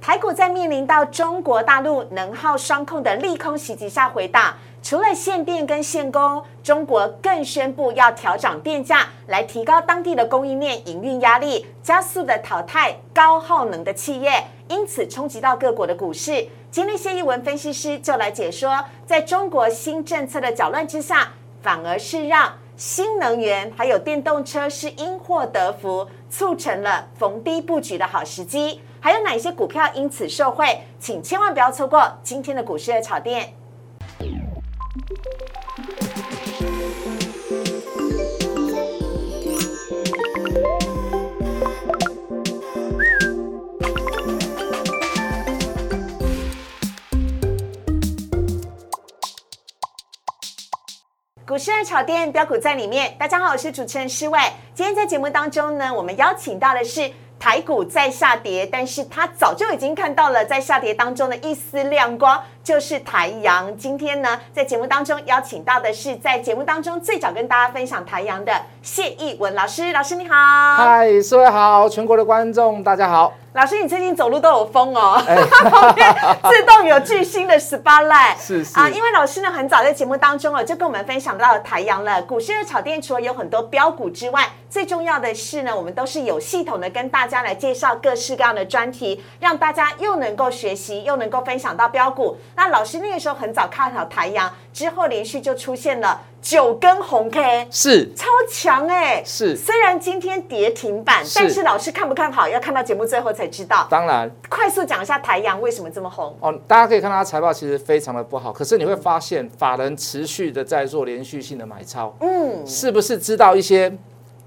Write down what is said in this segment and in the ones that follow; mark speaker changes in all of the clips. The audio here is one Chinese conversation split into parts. Speaker 1: 台股在面临到中国大陆能耗双控的利空袭击下回档，除了限电跟限供，中国更宣布要调涨电价，来提高当地的供应链营运压力，加速的淘汰高耗能的企业，因此冲击到各国的股市。今天谢一文分析师就来解说，在中国新政策的搅乱之下，反而是让新能源还有电动车是因祸得福，促成了逢低布局的好时机。还有哪些股票因此受惠？请千万不要错过今天的股市的炒店。股市爱炒店标股在里面。大家好，我是主持人施伟。今天在节目当中呢，我们邀请到的是台股在下跌，但是他早就已经看到了在下跌当中的一丝亮光，就是台阳。今天呢，在节目当中邀请到的是在节目当中最早跟大家分享台阳的谢义文老师。老师你好，
Speaker 2: 嗨，四位好，全国的观众大家好。哎
Speaker 1: 老师，你最近走路都有风哦， 旁边自动有巨星的 spotlight，
Speaker 2: 是是
Speaker 1: 啊，因为老师呢很早在节目当中哦就跟我们分享到了台阳了，股市的炒店除了有很多标股之外，最重要的是呢，我们都是有系统的跟大家来介绍各式各样的专题，让大家又能够学习，又能够分享到标股。那老师那个时候很早看好台阳，之后连续就出现了九根红 K。
Speaker 2: 是
Speaker 1: 超强哎、
Speaker 2: 是
Speaker 1: 虽然今天跌停板，但
Speaker 2: 是
Speaker 1: 是老师看不看好，要看到节目最后才知道。
Speaker 2: 当然
Speaker 1: 快速讲一下台阳为什么这么红？
Speaker 2: 哦，大家可以看到它财报其实非常的不好，可是你会发现法人持续的在做连续性的买超，
Speaker 1: 嗯，
Speaker 2: 是不是知道一些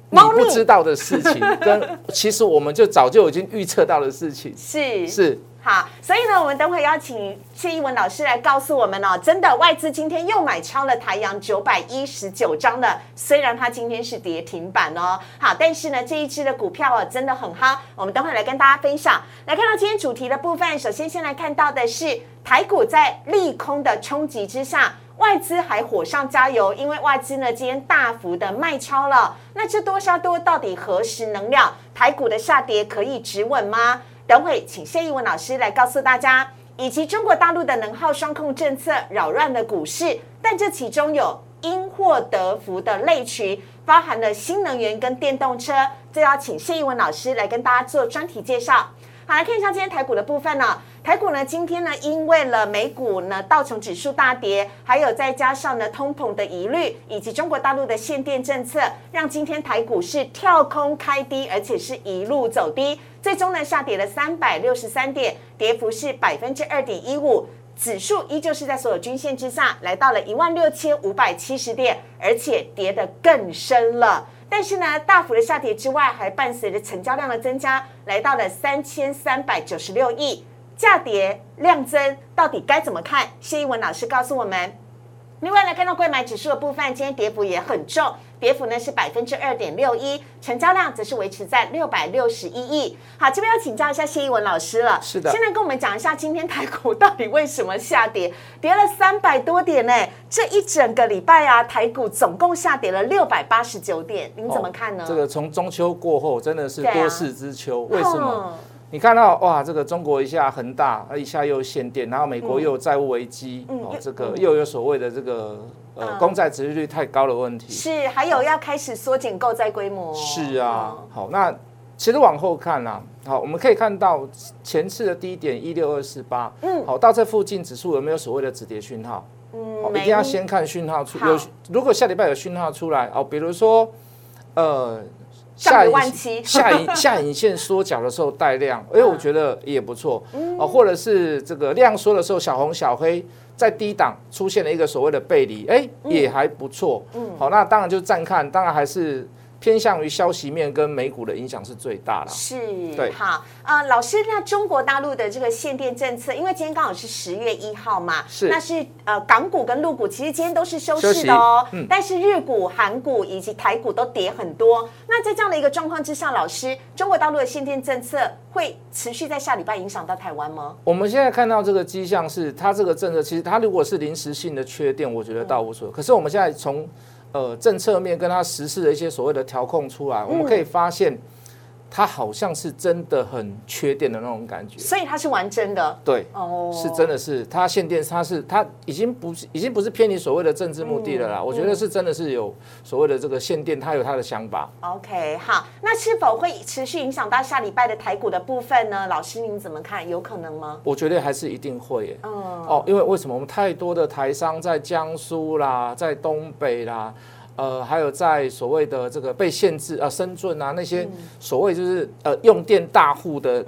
Speaker 2: 你
Speaker 1: 猫腻
Speaker 2: 不知道的事 情，跟其实我们就早就已经预测到的事情？
Speaker 1: 是
Speaker 2: 是
Speaker 1: 好，所以呢，我们等会邀请谢一文老师来告诉我们哦，真的外资今天又买超了台阳九百一十九张了，虽然它今天是跌停板哦，好，但是呢，这一支的股票哦真的很夯，我们等会来跟大家分享。来看到今天主题的部分，首先先来看到的是台股在利空的冲击之下。外资还火上加油，因为外资呢今天大幅的卖超了。那这多杀多到底何时能量？台股的下跌可以止稳吗？等会请谢一文老师来告诉大家，以及中国大陆的能耗双控政策扰乱了股市，但这其中有因祸得福的类群，包含了新能源跟电动车，这要请谢一文老师来跟大家做专题介绍。好，来看一下今天台股的部分呢、台股呢，今天呢，因为了美股呢道琼指数大跌，还有再加上呢通膨的疑虑，以及中国大陆的限电政策，让今天台股是跳空开低，而且是一路走低，最终呢下跌了三百六十三点，跌幅是百分之二点一五。指数依旧是在所有均线之下，来到了一万六千五百七十点，而且跌得更深了。但是呢，大幅的下跌之外，还伴随着成交量的增加，来到了三千三百九十六亿。价跌量增，到底该怎么看？谢一文老师告诉我们。另外呢，看到贵买指数的部分，今天跌幅也很重，跌幅呢是百分之二点六一，成交量则是维持在六百六十一亿。好，这边要请教一下谢一文老师了。
Speaker 2: 是的
Speaker 1: 现在跟我们讲一下今天台股到底为什么下跌，跌了三百多点呢、这一整个礼拜啊，台股总共下跌了六百八十九点，您怎么看呢？
Speaker 2: 哦这个从中秋过后真的是
Speaker 1: 对啊
Speaker 2: 多事之秋，为什么？
Speaker 1: 嗯？
Speaker 2: 你看到哇，这个中国一下恒大，一下又限电，然后美国又有债务危机，
Speaker 1: 嗯
Speaker 2: 哦
Speaker 1: 又，
Speaker 2: 这个
Speaker 1: 嗯
Speaker 2: 又有所谓的这个
Speaker 1: 嗯
Speaker 2: 呃公债殖利率太高的问题。
Speaker 1: 是，还有要开始缩减购债规模。
Speaker 2: 是啊
Speaker 1: 嗯，
Speaker 2: 好，那其实往后看啦，好，我们可以看到前次的低点一六二四八，
Speaker 1: 嗯
Speaker 2: 好，到这附近指数有没有所谓的止跌讯号？
Speaker 1: 嗯
Speaker 2: 好，一定要先看讯号出
Speaker 1: 好
Speaker 2: 有，如果下礼拜有讯号出来，哦，比如说，呃，
Speaker 1: 上
Speaker 2: 下
Speaker 1: 一
Speaker 2: 影
Speaker 1: 万七
Speaker 2: 下影下影线缩脚的时候带量，哎，我觉得也不错，哦，或者是这个量缩的时候小红小黑在低档出现了一个所谓的背离，哎，也还不错，好，那当然就暂看，当然还是偏向于消息面跟美股的影响是最大了，
Speaker 1: 是，
Speaker 2: 对
Speaker 1: 好，呃，老师，那中国大陆的这个限电政策，因为今天刚好是十月一号嘛，
Speaker 2: 是
Speaker 1: 那是呃港股跟陆股其实今天都是休
Speaker 2: 休
Speaker 1: 市
Speaker 2: 息
Speaker 1: 的哦，
Speaker 2: 嗯
Speaker 1: 但是日股、韩股以及台股都跌很多。那在这样的一个状况之下，老师，中国大陆的限电政策会持续在下礼拜影响到台湾吗？
Speaker 2: 我们现在看到这个迹象是，它这个政策其实它如果是临时性的缺点，我觉得倒无所谓。可是我们现在从呃政策面跟它实施的一些所谓的调控出来，我们可以发现，它好像是真的很缺电的那种感觉。
Speaker 1: 所以它是玩真的
Speaker 2: 对，
Speaker 1: 哦，
Speaker 2: 是真的是它限电，它是它已经不是已经不是偏离所谓的政治目的了
Speaker 1: 嗯
Speaker 2: 啦。我觉得是真的是有所谓的这个限电，它有它的想法。
Speaker 1: OK，好，那是否会持续影响到下礼拜的台股的部分呢？老师您怎么看？有可能吗？
Speaker 2: 我觉得还是一定会耶。
Speaker 1: 嗯，
Speaker 2: 哦，因为为什么我们太多的台商在江苏啦，在东北啦，呃，还有在所谓的这个被限制啊，深圳啊那
Speaker 1: 嗯
Speaker 2: 些所谓就是呃用电大户的，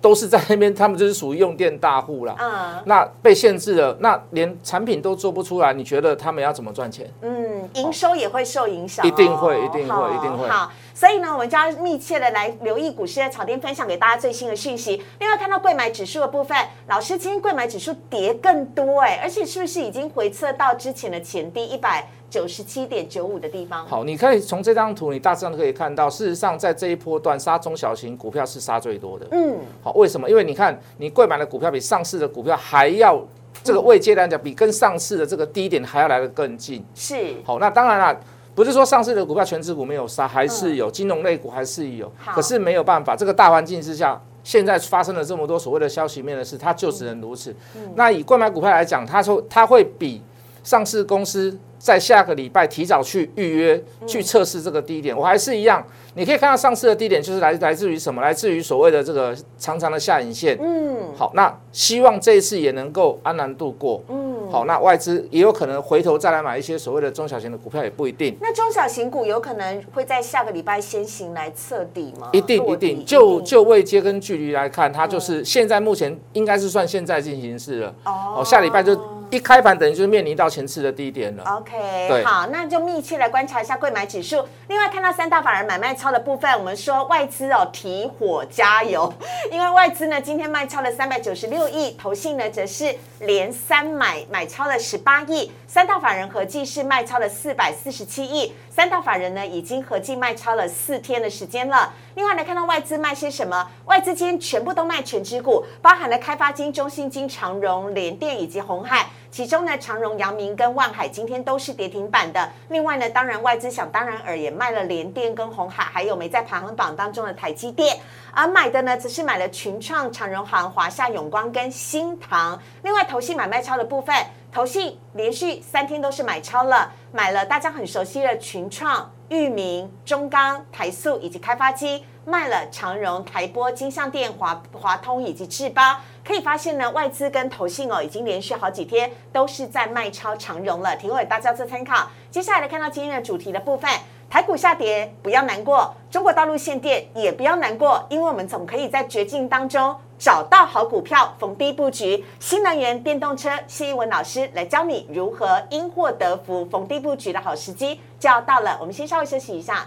Speaker 2: 都是在那边，他们就是属于用电大户啦。
Speaker 1: 嗯
Speaker 2: 那被限制了，那连产品都做不出来，你觉得他们要怎么赚钱？
Speaker 1: 嗯，营收也会受影响哦、
Speaker 2: 一定会一定会
Speaker 1: 好
Speaker 2: 一定会
Speaker 1: 好，所以呢，我们就要密切的来留意股市的炒店，分享给大家最新的讯息。另外，看到贵买指数的部分，老师今天贵买指数跌更多哎、而且是不是已经回测到之前的前低一百九十七点九五的地方？
Speaker 2: 好，你可以从这张图，你大致上可以看到，事实上在这一波段杀中小型股票是杀最多的。
Speaker 1: 嗯，
Speaker 2: 好，为什么？因为你看，你贵买的股票比上市的股票还要这个位阶来讲，比跟上市的这个低点还要来得更近。
Speaker 1: 是
Speaker 2: 好，那当然啦。不是说上市的股票全指股没有杀，还是有金融类股还是有
Speaker 1: 嗯好，
Speaker 2: 可是没有办法，这个大环境之下，现在发生了这么多所谓的消息面的事，它就只能如此。
Speaker 1: 嗯
Speaker 2: 那以购买股票来讲，它说它会比上市公司在下个礼拜提早去预约
Speaker 1: 嗯
Speaker 2: 去测试这个低点，我还是一样，你可以看到上市的低点就是来来自于什么？来自于所谓的这个长长的下影线。
Speaker 1: 嗯，
Speaker 2: 好，那希望这一次也能够安然度过。嗯，好，那外资也有可能回头再来买一些所谓的中小型的股票，也不一定。
Speaker 1: 那中小型股有可能会在下个礼拜先行来测底吗？
Speaker 2: 一定
Speaker 1: 落
Speaker 2: 一
Speaker 1: 底
Speaker 2: 定，就就位阶跟距离来看，它就是现在目前应该是算现在进行式了。
Speaker 1: 哦
Speaker 2: 哦，下礼拜就一开盘等于就是面临到前次的低点了。
Speaker 1: 啊 OK，
Speaker 2: 对
Speaker 1: 好，那就密切来观察一下贵买指数。另外，看到三大法人买卖超的部分，我们说外资哦提火加油， 因为外资呢今天卖超了三百九十六亿，投信呢则是连三买买超了十八亿，三大法人合计是卖超了四百四十七亿，三大法人呢已经合计卖超了四天的时间了。另外呢，看到外资卖些什么？外资今天全部都卖全指股，包含了开发金、中信金、长荣、联电以及红海。其中呢，长荣、阳明跟万海今天都是跌停板的。另外呢，当然外资想当然尔也卖了联电跟红海，还有没在排行榜当中的台积电。而买的呢，只是买了群创、长荣行、华夏永光跟新唐。另外，投信买卖超的部分，投信连续三天都是买超了，买了大家很熟悉的群创、域名、中钢、台塑以及开发基，卖了长荣、台波、金像电、华华通以及智邦。可以发现呢，外资跟投信哦，已经连续好几天都是在卖超长荣了，提供给大家做参考。接下来来看到今天的主题的部分，台股下跌不要难过，中国大陆限电也不要难过，因为我们总可以在绝境当中找到好股票，逢低布局新能源、电动车。谢一文老师来教你如何因祸得福，逢低布局的好时机就要到了。我们先稍微休息一下。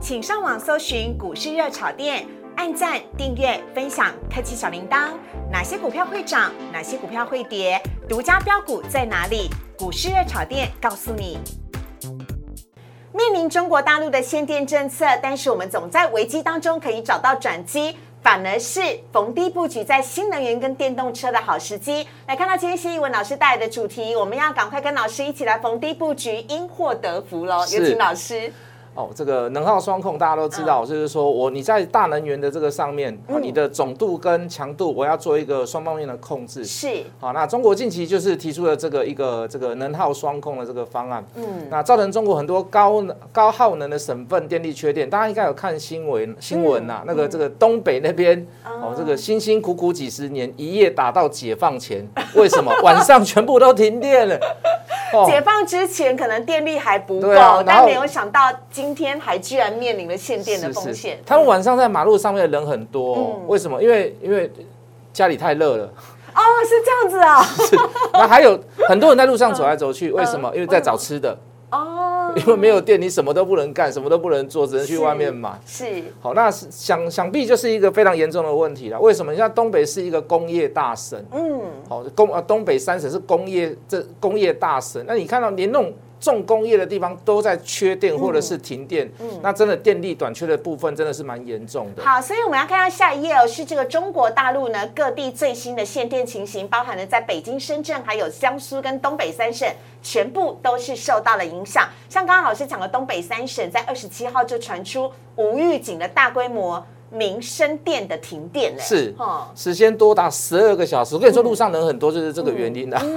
Speaker 1: 请上网搜寻股市热炒店，按赞、订阅、分享，开启小铃铛。哪些股票会涨？哪些股票会跌？独家标股在哪里？股市热炒店告诉你。面临中国大陆的限电政策，但是我们总在危机当中可以找到转机。反而是逢低布局在新能源跟电动车的好时机。来看到今天谢一文老师带来的主题，我们要赶快跟老师一起来逢低布局，因祸得福喽！有
Speaker 2: 是
Speaker 1: 请老师。
Speaker 2: 哦，这个能耗双控大家都知道，就是说我你在大能源的这个上面，啊你的总度跟强度，我要做一个双方面的控制。
Speaker 1: 是，
Speaker 2: 好，那中国近期就是提出了这个一个这个能耗双控的这个方案，嗯，那造成中国很多高能高耗能的省份电力缺电，大家应该有看新闻新闻
Speaker 1: 嗯
Speaker 2: 呐、那个这个东北那边，哦，这个辛辛苦苦几十年，一夜打到解放前，为什么晚上全部都停电了？哦
Speaker 1: 解放之前可能电力还不够，
Speaker 2: 对啊然后
Speaker 1: 但没有想到今天还居然面临了限电的
Speaker 2: 是
Speaker 1: 风
Speaker 2: 是
Speaker 1: 险，。嗯
Speaker 2: 他们晚上在马路上面的人很多、哦为什么？因为因为家里太热了，
Speaker 1: 哦，是这样子啊、
Speaker 2: 那还有很多人在路上走来 走
Speaker 1: 嗯
Speaker 2: 去，为什么？因为在找吃的。
Speaker 1: 哦，
Speaker 2: 因为没有电，你什么都不能干，什么都不能做，只能去外面买。
Speaker 1: 是
Speaker 2: 好，那是想想必就是一个非常严重的问题了。为什么？你像东北是一个工业大呃省，嗯，好，工啊，东北三省是工业这工业大省。那你看到连那种重工业的地方都在缺电
Speaker 1: 嗯
Speaker 2: 或者是停电，那真的电力短缺的部分真的是蛮严重的。
Speaker 1: 好，所以我们要看到下一页哦，是这个中国大陆呢各地最新的限电情形，包含了在北京、深圳，还有江苏跟东北三省，全部都是受到了影响。像刚刚老师讲的，东北三省在二十七号就传出无预警的大规模民生电的停电嘞，
Speaker 2: 是
Speaker 1: 哦，
Speaker 2: 时间多达十二个小时，我跟你说，路上人很多就是这个原因的、
Speaker 1: 嗯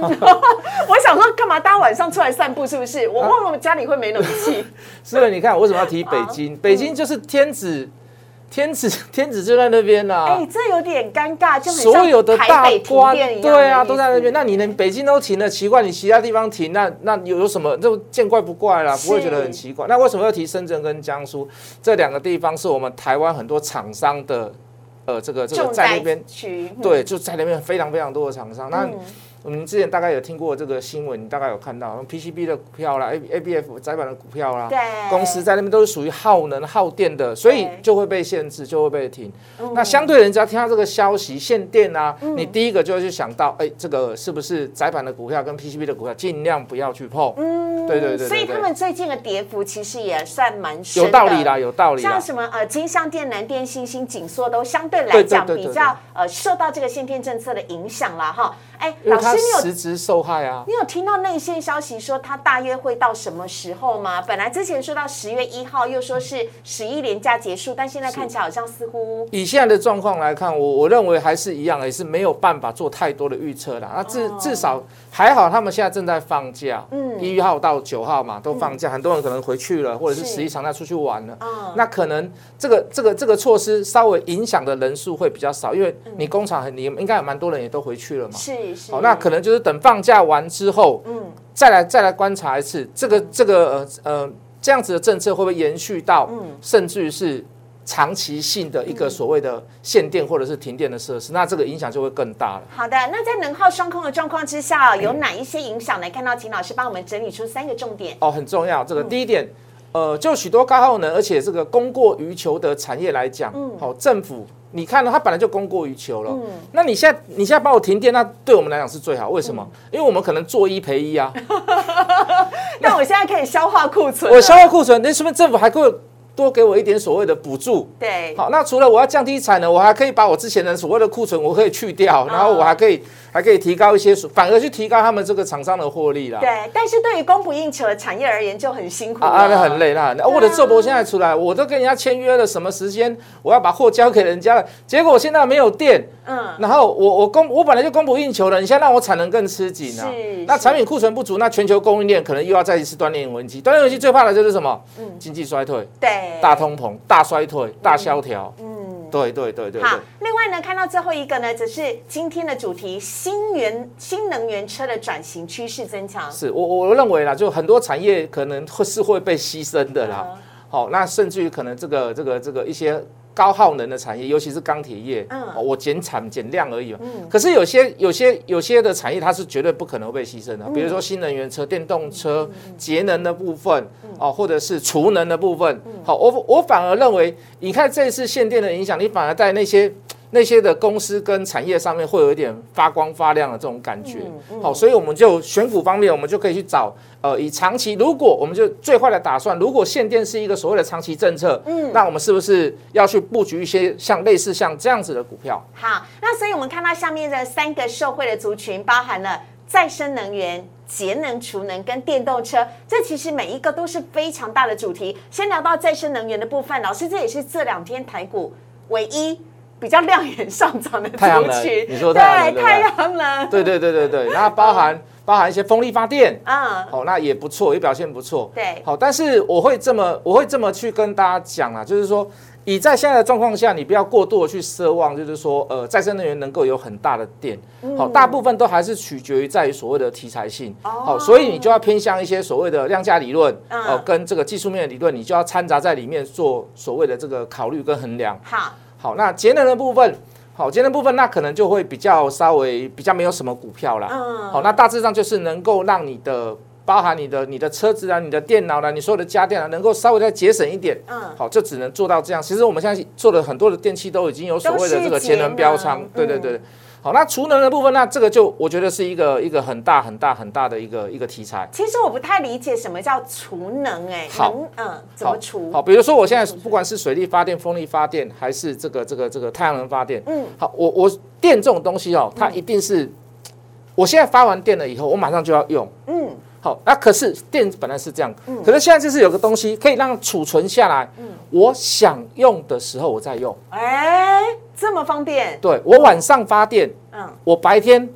Speaker 1: 我想说干嘛大家晚上出来散步是不是？
Speaker 2: 啊
Speaker 1: 我问我们家里会没冷 气，
Speaker 2: 所以你看，我为什么要提北京？北京就是天子，天子， 天子就在那边啦、
Speaker 1: 哎，这有点尴尬，就很像
Speaker 2: 所有的
Speaker 1: 台
Speaker 2: 大
Speaker 1: 北停
Speaker 2: 官
Speaker 1: 电一，样的
Speaker 2: 对啊，
Speaker 1: 意思
Speaker 2: 都在那边。那你连北京都停了，奇怪，你其他地方停，那那有有什么？就见怪不怪啦，
Speaker 1: 是
Speaker 2: 不会觉得很奇怪。那为什么要提深圳跟江苏这两个地方？是我们台湾很多厂商的，呃，这个这个
Speaker 1: 重
Speaker 2: 在
Speaker 1: 灾
Speaker 2: 那边，
Speaker 1: 区，嗯，
Speaker 2: 对，就在那边非常非常多的厂商。那我们之前大概有听过这个新闻，你大概有看到 PCB 的股票啦，A A B F 窄板的股票啦，
Speaker 1: 对，
Speaker 2: 公司在那边都是属于耗能耗电的，所以
Speaker 1: 对嗯
Speaker 2: 就会被限制，就会被停。那相对人家听到这个消息限电啊，你第一个就会去想到，哎，这个是不是窄板的股票跟 PCB 的股票尽量不要去碰？嗯，对对对
Speaker 1: 所以
Speaker 2: 对
Speaker 1: 他
Speaker 2: 对，
Speaker 1: 们最近的跌幅其实也算蛮深
Speaker 2: 有
Speaker 1: 的，
Speaker 2: 道理啦，。有道理
Speaker 1: 像
Speaker 2: 啦。
Speaker 1: 什么呃，金像电、南电、星星、紧缩都相对来
Speaker 2: 对对
Speaker 1: 讲
Speaker 2: 对对
Speaker 1: 比
Speaker 2: 对
Speaker 1: 较呃受到这个限电政策的影响啦哈。哎，
Speaker 2: 因为
Speaker 1: 老师，
Speaker 2: 它
Speaker 1: 你有
Speaker 2: 实质受害啊，
Speaker 1: 你有听到内线消息说它大约会到什么时候吗？本来之前说到十月一号，又说是十一连假结束，但现在看起来好像似乎
Speaker 2: 以现在的状况来看，我我认为还是一样，也是没有办法做太多的预测啦。那至至少还好，他们现在正在放假，嗯，一号到九号嘛都放假，很多人可能回去了，或者是
Speaker 1: 是
Speaker 2: 十一长假出去玩了。
Speaker 1: 嗯
Speaker 2: 那可能这个这个这个措施稍微影响的人数会比较少，因为你工厂很你应该有蛮多人也都回去了嘛。
Speaker 1: 是是
Speaker 2: 好，哦那可能就是等放假完之后，嗯，再来再来观察一次这个这个呃呃这样子的政策会不会延续到，甚至于是长期性的一个所谓的限电或者是停电的设施，那这个影响就会更大了。
Speaker 1: 好的，那在能耗双空的状况之下，有哪一些影响呢？看到秦老师帮我们整理出三个重点。
Speaker 2: 哦，很重要。这个第一点，呃，就许多高耗能，而且这个供过于求的产业来讲，好、政府你看呢，它本来就供过于求了。那你现在你现在把我停电，那对我们来讲是最好。为什么？因为我们可能做一赔一啊，
Speaker 1: 但我现在可以消化库存了。
Speaker 2: 我消耗库存，那说明政府还给我多给我一点所谓的补助。
Speaker 1: 对，
Speaker 2: 好，那除了我要降低产能，我还可以把我之前的所谓的库存我可以去
Speaker 1: 啊
Speaker 2: 掉，然后我还可以还可以提高一些，反而去提高他们这个厂商的获利啦。
Speaker 1: 对，但是对于供不应求的产业而言就很辛苦
Speaker 2: 啊啊，
Speaker 1: 了
Speaker 2: 那很。累，那很累。我的这波现在出来，我都跟人家签约了，什么时间我要把货交给人家了，结果我现在没有电，
Speaker 1: 嗯，
Speaker 2: 然后我我供我本来就供不应求了，你现在让我产能更吃紧啊
Speaker 1: 是。
Speaker 2: 那
Speaker 1: 是
Speaker 2: 产品库存不足，那全球供应链可能又要再一次锻炼危机。锻炼危机最怕的就是什么？
Speaker 1: 嗯
Speaker 2: 经济衰退、
Speaker 1: 对，
Speaker 2: 大通膨、大衰退、大萧条。嗯，对对对对对
Speaker 1: 好。另外呢，看到最后一个呢，则是今天的主题：新源新能源车的转型趋势增强。
Speaker 2: 是我我我认为啦，就很多产业可能会是会被牺牲的啦。
Speaker 1: 嗯
Speaker 2: 好、那甚至于可能这个这个这个一些高耗能的产业，尤其是钢铁业，
Speaker 1: 嗯
Speaker 2: 哦我减产减量而已嘛。可是有些有些有些的产业，它是绝对不可能被牺牲
Speaker 1: 嗯
Speaker 2: 的，比如说新能源车、电动车、节能的部分，
Speaker 1: 嗯
Speaker 2: 哦，或者是储能的部分。好、我我反而认为，你看这一次限电的影响，你反而在那些。那些的公司跟产业上面会有一点发光发亮的这种感觉。好，所以我们就选股方面，我们就可以去找呃，以长期如果我们就最坏的打算，如果限电是一个所谓的长期政策，嗯，那我们是不是要去布局一些像类似像这样子的股票？
Speaker 1: 好，那所以我们看到下面的三个受惠的族群，包含了再生能源、节能储能跟电动车，这其实每一个都是非常大的主题。先聊到再生能源的部分，老师这也是这两天台股唯一比较亮眼上涨的族
Speaker 2: 太阳能
Speaker 1: 群。
Speaker 2: 你说太阳能
Speaker 1: 对
Speaker 2: 对
Speaker 1: 太
Speaker 2: 吧
Speaker 1: 阳能，
Speaker 2: 对对对对对，那包含包含一些风力发电，
Speaker 1: 嗯，
Speaker 2: 好、那也不错，也表现不错。
Speaker 1: 对
Speaker 2: 好，但是我会这么，我会这么去跟大家讲啊，就是说，以在现在的状况下，你不要过度的去奢望，就是说，呃，再生能源能够有很大的电。好，
Speaker 1: 嗯
Speaker 2: 大部分都还是取决于在于所谓的题材性。好，所以你就要偏向一些所谓的量价理论，
Speaker 1: 嗯
Speaker 2: 哦，跟这个技术面的理论，你就要掺杂在里面做所谓的这个考虑跟衡量。
Speaker 1: 好，
Speaker 2: 好，那节能的部分，好，节能部分那可能就会比较稍微比较没有什么股票啦。
Speaker 1: 嗯
Speaker 2: 好，那大致上就是能够让你的包含你的你的车子啊、你的电脑啦、你所有的家电啊，能够稍微再节省一点。
Speaker 1: 嗯
Speaker 2: 好，就只能做到这样。其实我们现在做了很多的电器都已经有所谓的这个节能标
Speaker 1: 都
Speaker 2: 仓
Speaker 1: 是节能，
Speaker 2: 对对对。好，那储能的部分，那这个就我觉得是一个一个很大很大很大的一个一个题材。
Speaker 1: 其实我不太理解什么叫储能，哎，
Speaker 2: 好
Speaker 1: 能，嗯，怎么储？
Speaker 2: 好，比如说我现在不管是水力发电、风力发电，还是这个这个这个太阳能发电，
Speaker 1: 嗯，
Speaker 2: 好，我我电这种东西哦，它一定是我现在发完电了以后，我马上就要用。
Speaker 1: 嗯，
Speaker 2: 好，那可是电本来是这样，可是现在就是有个东西可以让储存下来，
Speaker 1: 嗯
Speaker 2: 我想用的时候我再用。
Speaker 1: 哎，这么方便，
Speaker 2: 对我晚上发电，
Speaker 1: 嗯，
Speaker 2: 我白天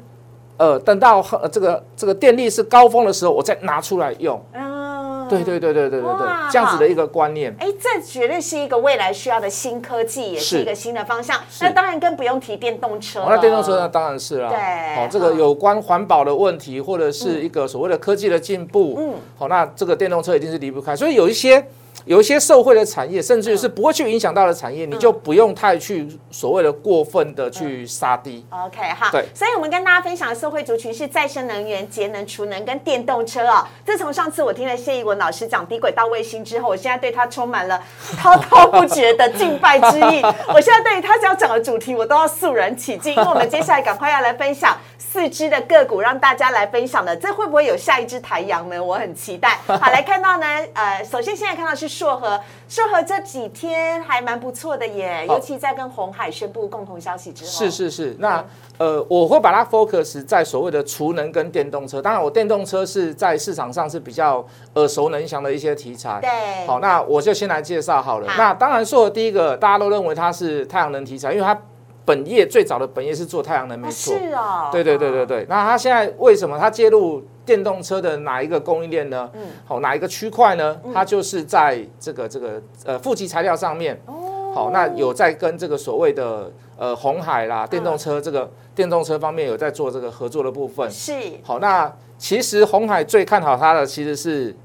Speaker 2: 呃等到呃这个这个电力是高峰的时候，我再拿出来用。
Speaker 1: 嗯，
Speaker 2: 对对对对对对
Speaker 1: 哇
Speaker 2: 对，这样子的一个观念。
Speaker 1: 哎，这绝对是一个未来需要的新科技，也是
Speaker 2: 是
Speaker 1: 一个新的方向。
Speaker 2: 是
Speaker 1: 那当然更不用提电动车
Speaker 2: 哦
Speaker 1: 了。，
Speaker 2: 那电动车呢？当然是啦。
Speaker 1: 对
Speaker 2: 好，这个
Speaker 1: 嗯
Speaker 2: 有关环保的问题，或者是一个所谓的科技的进步，
Speaker 1: 嗯
Speaker 2: 嗯，好，那这个电动车一定是离不开。所以有一些有一些受惠的产业，甚至于是不会去影响到的产业，你就不用太去所谓的过分的
Speaker 1: 嗯
Speaker 2: 去杀低。
Speaker 1: OK 哈，
Speaker 2: 对
Speaker 1: 所以我们跟大家分享的社会族群是再生能源、节能、储能跟电动车哦。自从上次我听了谢一文老师讲低轨道卫星之后，我现在对他充满了滔滔不绝的敬拜之 意。我现在对于他要讲的主题，我都要肃然起敬，因为我们接下来赶快要来分享四只的个股，让大家来分享的，这会不会有下一只台阳呢？我很期 待。好，来看到呢，呃，首先现在看到是硕和，硕和这几天还蛮不错的耶，尤其在跟红海宣布共同消息之后，
Speaker 2: 是是是，那呃，我会把它 focus 在所谓的储能跟电动车。当然，我电动车是在市场上是比较耳熟能详的一些题材。
Speaker 1: 对
Speaker 2: 好，那我就先来介绍好了
Speaker 1: 好。
Speaker 2: 那当然，说的第一个，大家都认为它是太阳能题材，因为它本业最早的本业是做太阳能，没
Speaker 1: 啊
Speaker 2: 错。
Speaker 1: 是哦，
Speaker 2: 对对对对对。那它现在为什么它介入电动车的哪一个供应链呢？
Speaker 1: 嗯
Speaker 2: 好，哪一个区块呢？它就是在这个这个呃负极材料上面。
Speaker 1: 哦
Speaker 2: 好，那有在跟这个所谓的呃红海
Speaker 1: 嗯
Speaker 2: 啦，电动车这个电动车方面有在做这个合作的部分。
Speaker 1: 是
Speaker 2: 好，那其实红海最看好它的其实是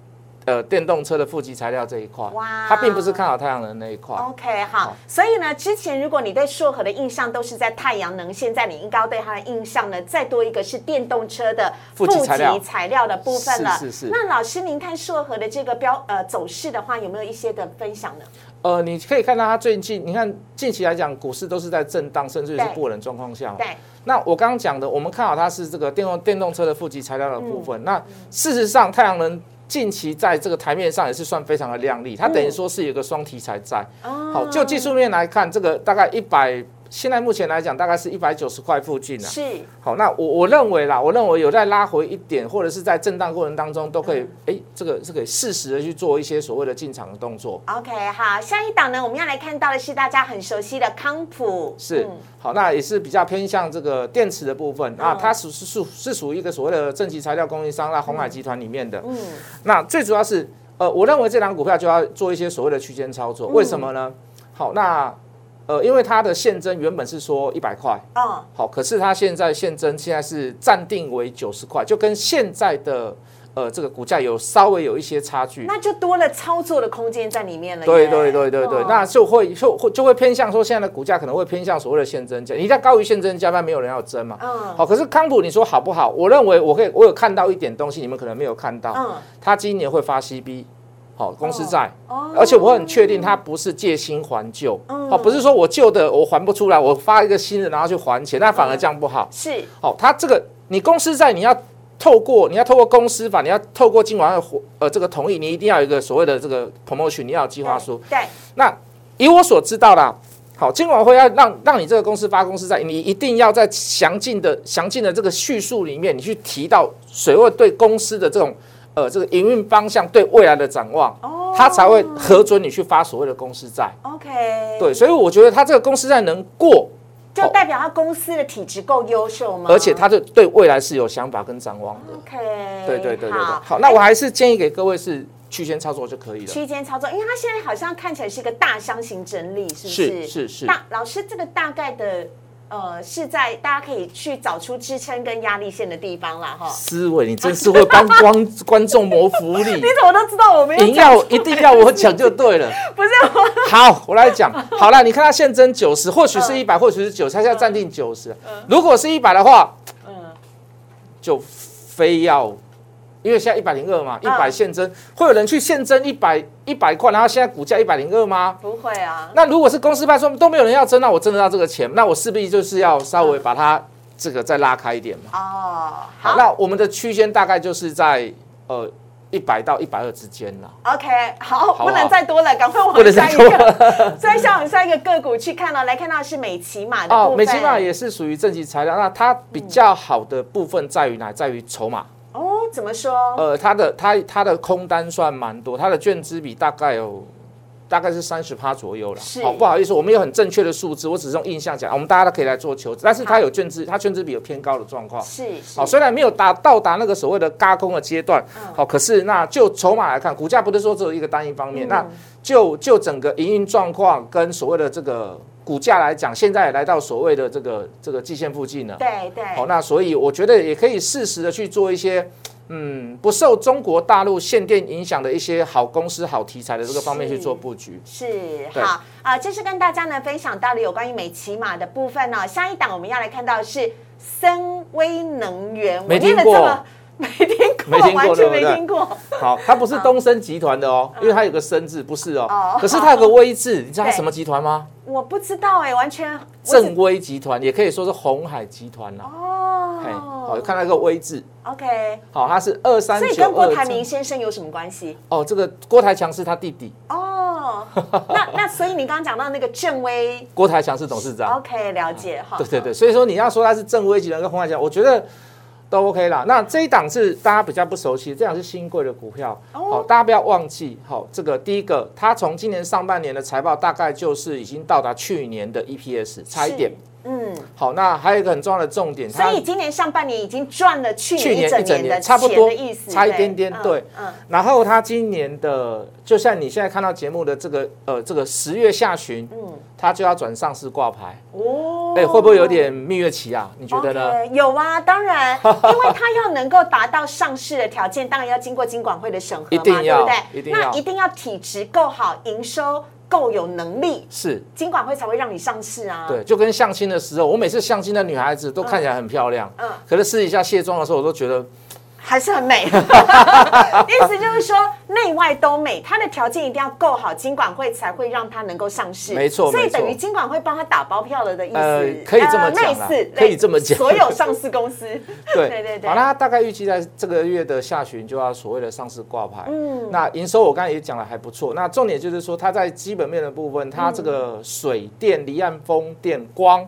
Speaker 2: 呃电动车的负极材料这一块
Speaker 1: 哇，哦
Speaker 2: 它并不是看好太阳能那一块。
Speaker 1: OK 好
Speaker 2: 好。
Speaker 1: 所以呢，之前如果你对硕和的印象都是在太阳能，现在你应该要对它的印象呢，再多一个是电动车的
Speaker 2: 负极材料
Speaker 1: 材料的部分了。
Speaker 2: 是是是
Speaker 1: 那老师，您看硕和的这个标呃走势的话，有没有一些的分享呢？
Speaker 2: 呃，你可以看到它最近，你看近期来讲，股市都是在震荡，甚至是
Speaker 1: 对
Speaker 2: 不稳的状况下嘛。
Speaker 1: 对，
Speaker 2: 那我刚刚讲的，我们看好它是这个电动电动车的负极材料的部分。那事实上，太阳能近期在这个台面上也是算非常的亮丽，它等于说是有一个双题材在。好，就技术面来看，这个大概一百，现在目前来讲大概是一百九十块附近啊。
Speaker 1: 是
Speaker 2: 好，那我我认为啦，我认为有在拉回一点，或者是在震荡过程当中，都可以，哎，这个这个适时的去做一些所谓的进场的动作。
Speaker 1: OK 好。下一档呢，我们要来看到的是大家很熟悉的康普，
Speaker 2: 是
Speaker 1: 嗯
Speaker 2: 好，那也是比较偏向这个电池的部分啊，它属是属是属于一个所谓的正极材料供应商，那红海集团里面的。那最主要是，呃，我认为这档股票就要做一些所谓的区间操作，为什么呢？好，那呃，因为它的现增原本是说一百块，
Speaker 1: 嗯，
Speaker 2: 好，可是它现在现增现在是暂定为九十块，就跟现在的呃这个股价有稍微有一些差距。
Speaker 1: 那就多了操作的空间在里面了耶。
Speaker 2: 对对对对对
Speaker 1: 哦，
Speaker 2: 那就会就会就会偏向说现在的股价可能会偏向所谓的现增价，你在高于现增价，那没有人要争嘛。
Speaker 1: 嗯
Speaker 2: 好，可是康普你说好不好？我认为我可以，我有看到一点东西，你们可能没有看到，
Speaker 1: 嗯
Speaker 2: 它今年会发 CB，好公司债，
Speaker 1: 哦
Speaker 2: 而且我很确定它不是借新还旧，
Speaker 1: 嗯
Speaker 2: 哦不是说我旧的我还不出来，我发一个新的然后去还钱，那反而这样不好。
Speaker 1: 是
Speaker 2: 好，它这个你公司债你要透过你要透过公司法，你要透过金管会呃这个同意，你一定要有一个所谓的这个 promotion，你要有计划书。
Speaker 1: 对。
Speaker 2: 那以我所知道啦，好，金管会要让让你这个公司发公司债，你一定要在详尽的详尽的这个叙述里面，你去提到水位对公司的这种呃这个营运方向对未来的展望，它才会核准你去发所谓的公司债。
Speaker 1: OK，
Speaker 2: 对，，所以我觉得它这个公司债能过，
Speaker 1: 就代表他公司的体质够优秀吗？
Speaker 2: 而且它对对未来是有想法跟展望的。
Speaker 1: OK，
Speaker 2: 对对对对对，好，
Speaker 1: 哎
Speaker 2: 那我还是建议给各位是区间操作就可以了。
Speaker 1: 区间操作，因为它现在好像看起来是一个大箱型整理，是不是？
Speaker 2: 是是是
Speaker 1: 大老师，这个大概的呃是在大家可以去找出支撑跟压力线的地方啦，哈。
Speaker 2: 思维，你真是会 帮观观众谋福利
Speaker 1: 你。怎么都知道我没有
Speaker 2: 你
Speaker 1: 讲
Speaker 2: 要
Speaker 1: 出
Speaker 2: 一定要我讲就对了。
Speaker 1: 不是我
Speaker 2: 好，我来讲。好了，你看它现增九十，或许
Speaker 1: 嗯
Speaker 2: 是一百，或许是九十，它现在暂定九十。如果是一百的话，
Speaker 1: 嗯
Speaker 2: 就非要，因为现在一百零二嘛，一
Speaker 1: 嗯
Speaker 2: 百现增，会有人去现增一百一百块，然后现在股价一百零二吗？
Speaker 1: 不会啊，
Speaker 2: 那如果是公司派说都没有人要争，那我挣得到这个钱，那我势必就是要稍微把它这个再拉开一点嘛。
Speaker 1: 哦，
Speaker 2: 好，
Speaker 1: 好
Speaker 2: 那我们的区间大概就是在呃一百到一百二之间啦。
Speaker 1: ，OK，好，
Speaker 2: 好
Speaker 1: 不能哦再多了，赶快
Speaker 2: 不
Speaker 1: 往
Speaker 2: 能
Speaker 1: 下
Speaker 2: 再
Speaker 1: 一
Speaker 2: 多
Speaker 1: 个， 再向往下一个个股去看了，来看到是美琪玛的部
Speaker 2: 哦，
Speaker 1: 分，
Speaker 2: 美琪玛也是属于正极材料，那它比较好的部分在于哪？在于筹码。
Speaker 1: 哦，怎么说？
Speaker 2: 呃，它的它它的空单算蛮多，它的券资比大概有大概是三十趴左右了
Speaker 1: 是。
Speaker 2: 好，不好意思，我们有很正确的数字，我只是用印象讲，我们大家都可以来做求证。但是它有券资，它券资比有偏高的状况。
Speaker 1: 是是
Speaker 2: 好，虽然没有达到达那个所谓的嘎空的阶段，好，可是那就筹码来看，股价不是说只有一个单一方面，那就就整个营运状况跟所谓的这个股价来讲，现在也来到所谓的这个这个季线附近了。
Speaker 1: 对对，
Speaker 2: 好，那所以我觉得也可以适时的去做一些，嗯，不受中国大陆限电影响的一些好公司、好题材的这个方面去做布局。
Speaker 1: 是
Speaker 2: 对
Speaker 1: 好啊，这是跟大家呢分享到了有关于美骑马的部分呢、下一档我们要来看到的是森威能源，我
Speaker 2: 没
Speaker 1: 念
Speaker 2: 听
Speaker 1: 得
Speaker 2: 过
Speaker 1: 这么 没听过，
Speaker 2: 没听过
Speaker 1: 完全
Speaker 2: 对
Speaker 1: 没
Speaker 2: 不对
Speaker 1: 听过。
Speaker 2: 好，它不是东升集团的哦，因为它有个升字，不是
Speaker 1: 哦
Speaker 2: 哦，可是它有个威字，你知道它
Speaker 1: 对
Speaker 2: 什么集团吗？
Speaker 1: 我不知道哎、完全我只
Speaker 2: 正威集团也可以说是红海集团啦。嘿，好，
Speaker 1: 哦
Speaker 2: 看到一个威字，
Speaker 1: ，OK，
Speaker 2: 好，它是二三
Speaker 1: 所以
Speaker 2: 九
Speaker 1: 跟
Speaker 2: 二。
Speaker 1: 郭台铭先生有什么关系？
Speaker 2: 哦，这个郭台强是他弟弟，
Speaker 1: 哦，那那所以你刚刚讲到那个正威
Speaker 2: 郭台强是董事长。
Speaker 1: ，OK，了解哈。
Speaker 2: 啊对对对，所以说你要说它是正威集团跟红海集团，我觉得都 OK 啦。那这一档是大家比较不熟悉，这档是新贵的股票，
Speaker 1: 哦
Speaker 2: 好，大家不要忘记，好，这个第一个，它从今年上半年的财报大概就是已经到达去年的 EPS，差一点
Speaker 1: 是。嗯，
Speaker 2: 好，那还有一个很重要的重点，
Speaker 1: 所
Speaker 2: 它
Speaker 1: 以今年上半年已经赚了去
Speaker 2: 去
Speaker 1: 年一
Speaker 2: 年
Speaker 1: 整
Speaker 2: 一整
Speaker 1: 年的
Speaker 2: 年差不
Speaker 1: 钱
Speaker 2: 多
Speaker 1: 的意，思，
Speaker 2: 差一
Speaker 1: 对
Speaker 2: 点点，对。
Speaker 1: 嗯，
Speaker 2: 然后它今年的，就像你现在看到节目的这个，呃，这个十月下旬，嗯，它就要转上市挂牌，
Speaker 1: 嗯哦，
Speaker 2: 哎，会不会有点蜜月期啊？你觉得呢？
Speaker 1: OK，有啊，当 然，因为它要能够达到上市的条件，当然要经过金管会的审核嘛，
Speaker 2: 一定
Speaker 1: 对
Speaker 2: 要
Speaker 1: 不对？
Speaker 2: 一定
Speaker 1: 那
Speaker 2: 要
Speaker 1: 一定要体质够好，营收够有能力，
Speaker 2: 是，
Speaker 1: 金管会才会让你上市啊。
Speaker 2: 对，就跟相亲的时候，我每次相亲的女孩子都看起来很漂亮，
Speaker 1: 嗯
Speaker 2: 嗯，可是私底下卸妆的时候，我都觉得
Speaker 1: 还是很 美。意思就是说，内外都美，它的条件一定要够好，金管会才会让它能够上市。
Speaker 2: 没错
Speaker 1: 所以
Speaker 2: 没错
Speaker 1: 等于金管会帮他打包票了的意思。
Speaker 2: 呃可以这么讲啦
Speaker 1: 呃类似
Speaker 2: 可以这么讲
Speaker 1: 所有上市公司，
Speaker 2: 对
Speaker 1: 对对对
Speaker 2: 好，那它大概预计在这个月的下旬就要所谓的上市挂牌。嗯，那营收我刚才也讲了还不错。那重点就是说，它在基本面的部分，它这个
Speaker 1: 嗯
Speaker 2: 水电、离岸风电、光，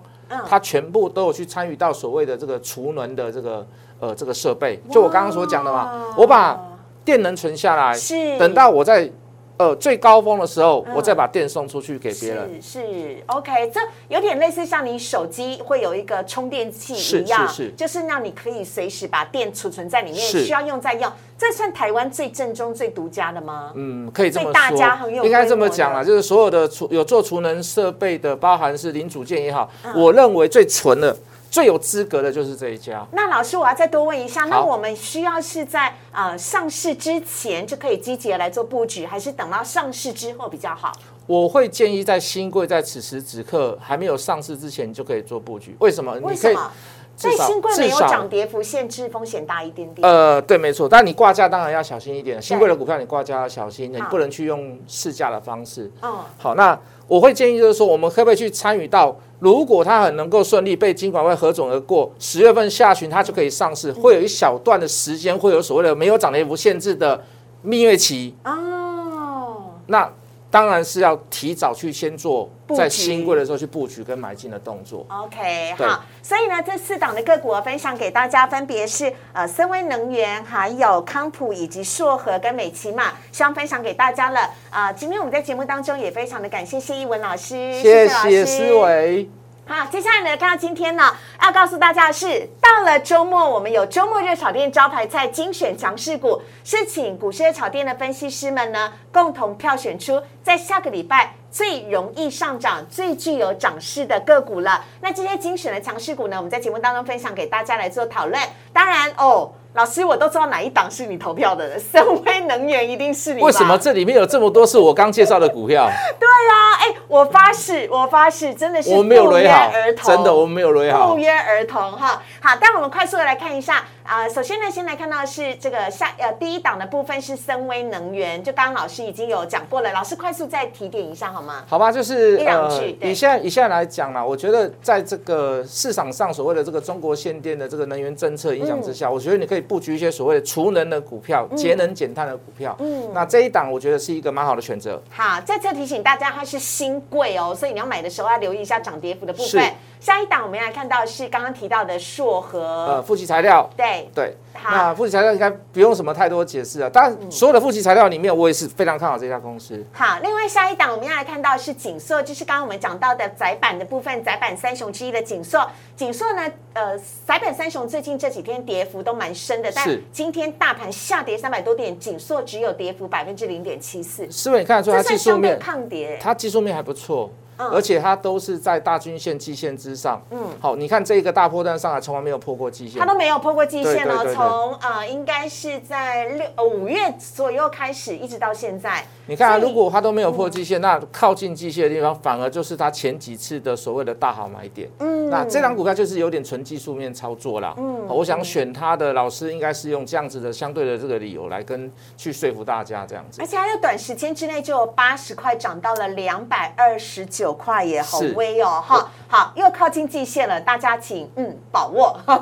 Speaker 2: 它全部都有去参与到所谓的这个储能的这个呃这个设备。就我刚刚所讲的嘛，我把电能存下来，
Speaker 1: 是嗯
Speaker 2: 等到我在呃最高峰的时候，我再把电送出去给 别人。
Speaker 1: 是是，OK，这有点类似像你手机会有一个充电器一
Speaker 2: 是
Speaker 1: 样，
Speaker 2: 是是
Speaker 1: 就是让你可以随时把电储存在里面，
Speaker 2: 是
Speaker 1: 需要用再用。这算台湾最正宗、最独家的吗？
Speaker 2: 嗯，可以这么
Speaker 1: 对大家很有
Speaker 2: 说，应该这么讲
Speaker 1: 规模
Speaker 2: 啦，
Speaker 1: 的
Speaker 2: 就是所有的储有做储能设备的，包含是零组件也好，
Speaker 1: 嗯
Speaker 2: 我认为最纯的、最有资格的就是这一家。
Speaker 1: 那老师，我要再多问一下，那
Speaker 2: 好
Speaker 1: 我们需要是在呃上市之前就可以积极的来做布局，还是等到上市之后比较好？
Speaker 2: 我会建议在新贵在此时此刻还没有上市之前就可以做布局。为什么？
Speaker 1: 为
Speaker 2: 你可
Speaker 1: 什
Speaker 2: 以
Speaker 1: 么？
Speaker 2: 至
Speaker 1: 对
Speaker 2: 少
Speaker 1: 新贵没
Speaker 2: 至
Speaker 1: 有
Speaker 2: 少
Speaker 1: 涨跌幅限制，风险大一点点。
Speaker 2: 呃，对，没错，但你挂价当然要小心一点。新贵的股票你挂价要小心，你不能去用市价的方式。
Speaker 1: 嗯，
Speaker 2: 好，那我会建议就是说，我们可不可以去参与到？如果它很能够顺利被金管会核准而过，十月份下旬它就可以上市，会有一小段的时间会有所谓的没有涨跌幅限制的蜜月期。
Speaker 1: 哦，
Speaker 2: 那当然是要提早去先做
Speaker 1: 布
Speaker 2: 在
Speaker 1: 局
Speaker 2: 新贵的时候去布局跟买进的动作。
Speaker 1: OK，
Speaker 2: 对
Speaker 1: 好，所以呢，这四档的个股我分享给大家，分别是呃森威能源、还有康普以及硕和跟美琪玛，希望分享给大家了。啊、今天我们在节目当中也非常的感谢谢一文老师，
Speaker 2: 谢
Speaker 1: 老师
Speaker 2: 谢思维。
Speaker 1: 好，接下来呢，看到今天呢，要告诉大家的是，到了周末，我们有周末热炒店招牌菜精选强势股，是请股市热炒店的分析师们呢，共同票选出在下个礼拜。最容易上涨、最具有涨势的个股了。那这些精选的强势股呢，我们在节目当中分享给大家来做讨论。当然哦，老师，我都知道哪一档是你投票的了，深威能源一定是你吧。
Speaker 2: 为什么这里面有这么多是我刚介绍的股票？
Speaker 1: 对啊，哎，我发誓，我发誓，真的是
Speaker 2: 我们没有
Speaker 1: 不
Speaker 2: 雷
Speaker 1: 约
Speaker 2: 好
Speaker 1: 而，同，
Speaker 2: 真的我们没有雷好
Speaker 1: 不。约而同哈。好，但我们快速的来看一下啊、呃首先呢，先来看到的是这个下呃第一档的部分是森威能源，就刚刚老师已经有讲过了，老师快速再提点一下好吗？
Speaker 2: 好吧，就是呃
Speaker 1: 一两句对
Speaker 2: 以现在以现在来讲啦，我觉得在这个市场上所谓的这个中国限电的这个能源政策影响之下，
Speaker 1: 嗯
Speaker 2: 我觉得你可以布局一些所谓的储能的股票、节能减碳的股票。嗯，那这一档我觉得是一个蛮好的选择。
Speaker 1: 好，再次提醒大家，它是新贵哦，所以你要买的时候要留意一下涨跌幅的部分
Speaker 2: 是。
Speaker 1: 下一档我们要来看到是刚刚提到的硕和，
Speaker 2: 呃，负极材料，
Speaker 1: 对，
Speaker 2: 对，
Speaker 1: 嗯好嗯
Speaker 2: 那负极材料应该不用什么太多解释啊。当然，所有的负极材料里面，我也是非常看好这家公司。
Speaker 1: 好，另外下一档我们要来看到是锦硕，就是刚刚我们讲到的窄板的部分，窄板三雄之一的锦硕。锦硕呢，呃，窄板三雄最近这几天跌幅都蛮深的，但
Speaker 2: 是
Speaker 1: 今天大盘下跌三百多点，锦硕只有跌幅百分之零点七四，
Speaker 2: 师傅，你看得出
Speaker 1: 这
Speaker 2: 它技
Speaker 1: 算
Speaker 2: 术
Speaker 1: 相对
Speaker 2: 面，
Speaker 1: 抗跌、
Speaker 2: 它技术面还不错，
Speaker 1: 嗯
Speaker 2: 而且它都是在大均线、季线之上。嗯，好，你看这个大波段上来，从来没有破过季线
Speaker 1: 它。都没有破过季线哦
Speaker 2: 对对对，对
Speaker 1: 从呃应该是在六呃五月左右开始，一直到现在。
Speaker 2: 你看、啊，
Speaker 1: 所以
Speaker 2: 如果它都没有破季线，那靠近季线的地方，反而就是它前几次的所谓的大好买点。嗯，那这档股票就是有点纯技术面操作啦。嗯，我想选它的老师应该是用这样子的相对的这个理由来跟去说服大家这样子
Speaker 1: 而。且它在短时间之内就有八十块涨到了两百二十九块耶，好
Speaker 2: 是
Speaker 1: 微哦哈！好，又靠近季线了，大家请嗯把握。 看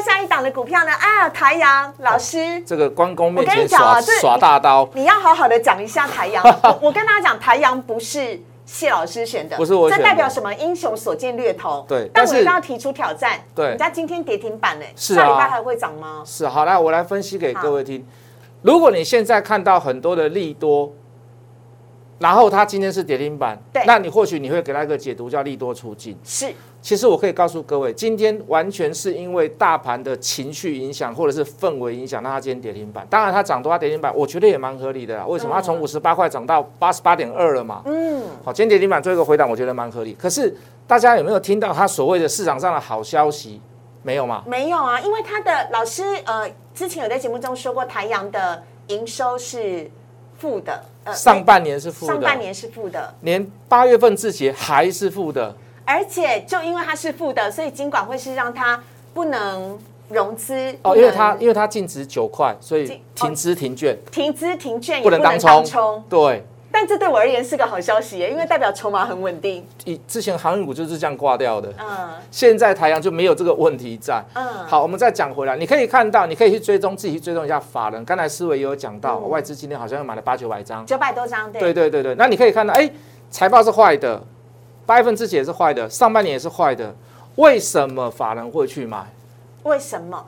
Speaker 1: 到下一档的股票呢啊，台阳老师。
Speaker 2: 这个关公面
Speaker 1: 我跟
Speaker 2: 前
Speaker 1: 你讲啊
Speaker 2: 耍
Speaker 1: 这
Speaker 2: 耍大刀，
Speaker 1: 你要好好的讲一下台阳，我我跟大家讲，台阳不是谢老师选的，
Speaker 2: 不是我
Speaker 1: 这
Speaker 2: 选的
Speaker 1: 代表什么？英雄所见略同。
Speaker 2: 对
Speaker 1: 但
Speaker 2: 但
Speaker 1: 我
Speaker 2: 是
Speaker 1: 一定要提出挑战。
Speaker 2: 对
Speaker 1: 人家今天跌停板呢，
Speaker 2: 是
Speaker 1: 下礼
Speaker 2: 啊
Speaker 1: 拜还会涨吗？
Speaker 2: 是好，来我来分析给各位听。如果你现在看到很多的利多，然后它今天是跌停板
Speaker 1: 对，
Speaker 2: 那你或许你会给它一个解读叫利多出尽。
Speaker 1: 是
Speaker 2: 其实我可以告诉各位，今天完全是因为大盘的情绪影响或者是氛围影响，让它今天跌停板。当然它涨多，它跌停板，我觉得也蛮合理的啦。为
Speaker 1: 嗯
Speaker 2: 什么？它从五十八块涨到八十八点二了嘛。嗯。好，今天跌停板做一个回档，我觉得蛮合理。可是大家有没有听到它所谓的市场上的好消息？没有嘛？
Speaker 1: 没有啊，因为他的老师呃，之前有在节目中说过，台阳的营收是负的，呃，
Speaker 2: 上半年是负的，
Speaker 1: 上半年是负的，
Speaker 2: 连八月份字节还是负的，
Speaker 1: 而且就因为它是负的，所以金管会是让它不能融资不
Speaker 2: 哦，因为
Speaker 1: 能
Speaker 2: 它因为它净值九块，所
Speaker 1: 净哦
Speaker 2: 以停资停券
Speaker 1: 停资停券也
Speaker 2: 不能当冲
Speaker 1: 冲，，
Speaker 2: 对。
Speaker 1: 但这对我而言是个好消息耶，因为代表筹码很稳定。
Speaker 2: 以之前航运股就是这样挂掉的，
Speaker 1: 嗯，
Speaker 2: 现在台阳就没有这个问题在。
Speaker 1: 嗯
Speaker 2: 好，我们再讲回来，你可以看到，你可以去追踪自己去追踪一下法人。刚才思维也有讲到，
Speaker 1: 嗯
Speaker 2: 外资今天好像又买了八九百张。
Speaker 1: 九百多张，对，
Speaker 2: 对对对对，那你可以看到，哎，财报是坏的，八月份自己也是坏的，上半年也是坏的，为什么法人会去买？
Speaker 1: 为什么？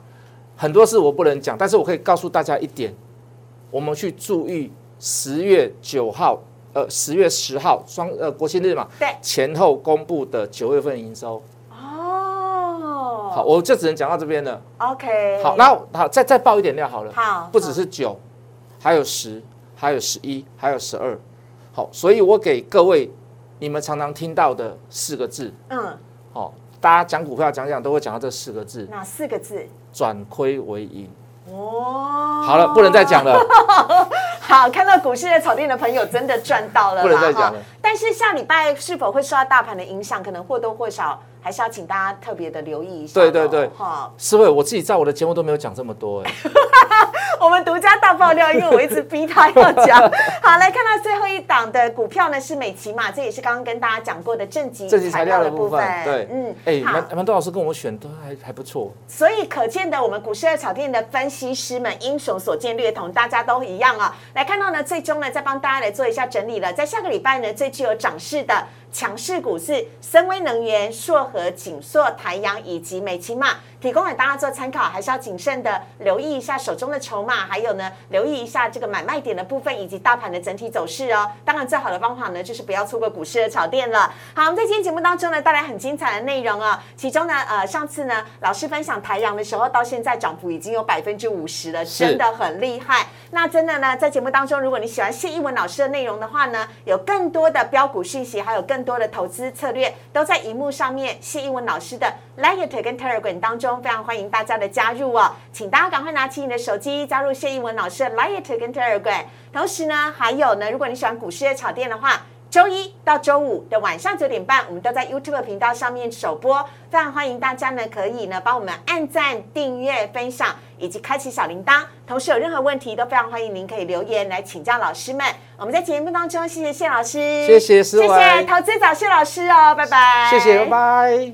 Speaker 2: 很多事我不能讲，但是我可以告诉大家一点，我们去注意十月九号，呃，十月十号双呃国庆日嘛，
Speaker 1: 对
Speaker 2: 前后公布的九月份营收。
Speaker 1: 哦，
Speaker 2: 好，我就只能讲到这边了。
Speaker 1: ，OK，
Speaker 2: 好，那好，再再爆一点料好了。
Speaker 1: 好
Speaker 2: 不只是九，还有十，还有十一，还有十二。好，所以我给各位你们常常听到的四个字，
Speaker 1: 嗯，
Speaker 2: 哦，大家讲股票讲讲都会讲到这四个字，
Speaker 1: 哪四个字？
Speaker 2: 转亏为盈。
Speaker 1: 哦，
Speaker 2: 好了，不能再讲了。
Speaker 1: 好，看到股市的草甸的朋友真的赚到了啦，
Speaker 2: 不能再讲了
Speaker 1: 哈但是下礼拜是否会受到大盘的影响，可能或多或少还是要请大家特别的留意一下咯。
Speaker 2: 对对对
Speaker 1: 哈，
Speaker 2: 思伟，我自己在我的节目都没有讲这么多哎、
Speaker 1: 我们独家大爆料，因为我一直逼他要 讲。好，来看到最后一档的股票呢是美琪嘛，这也是刚刚跟大家讲过的正极
Speaker 2: 这集
Speaker 1: 材
Speaker 2: 材
Speaker 1: 料
Speaker 2: 料
Speaker 1: 的
Speaker 2: 的
Speaker 1: 部
Speaker 2: 部
Speaker 1: 分
Speaker 2: 分，，对，
Speaker 1: 嗯
Speaker 2: 嗯，，哎，
Speaker 1: 好。
Speaker 2: 蛮蛮多老师跟我选都还还不错，
Speaker 1: 所以可见的，我们股市的草甸的分析师们，英雄所见略同，大家都一样啊。来看到呢，最终呢，再帮大家来做一下整理了。在下个礼拜呢，最具有涨势的强势股是森威能源、硕和、锦硕、台阳以及美琪玛，提供给大家做参考，还是要谨慎的留意一下手中的筹码，还有呢，留意一下这个买卖点的部分以及大盘的整体走势哦。当然，最好的方法呢，就是不要错过股市的炒店了。好，我们在今天节目当中呢，带来很精彩的内容哦。其中呢，呃，上次呢，老师分享台阳的时候，到现在涨幅已经有百分之五十了，
Speaker 2: 是
Speaker 1: 真的很厉害。那真的呢，在节目当中，如果你喜欢谢一文老师的内容的话呢，有更多的标股讯息，还有更更多的投资策略，都在荧幕上面。谢英文老师的 Light 跟 Telegram 当中，非常欢迎大家的加入哦，请大家赶快拿起你的手机加入谢英文老师的 Light 跟 Telegram。同时呢，还有呢，如果你喜欢股市的炒店的话。周一到周五的晚上九点半，我们都在 YouTube 频道上面首播，非常欢迎大家呢，可以呢帮我们按赞、订阅、分享以及开启小铃铛。同时有任何问题都非常欢迎您可以留言来请教老师们。我们在节目当中，谢谢谢老师，
Speaker 2: 谢谢思
Speaker 1: 谢谢
Speaker 2: 维
Speaker 1: 投资早谢老师哦，拜拜，
Speaker 2: 谢谢，拜拜。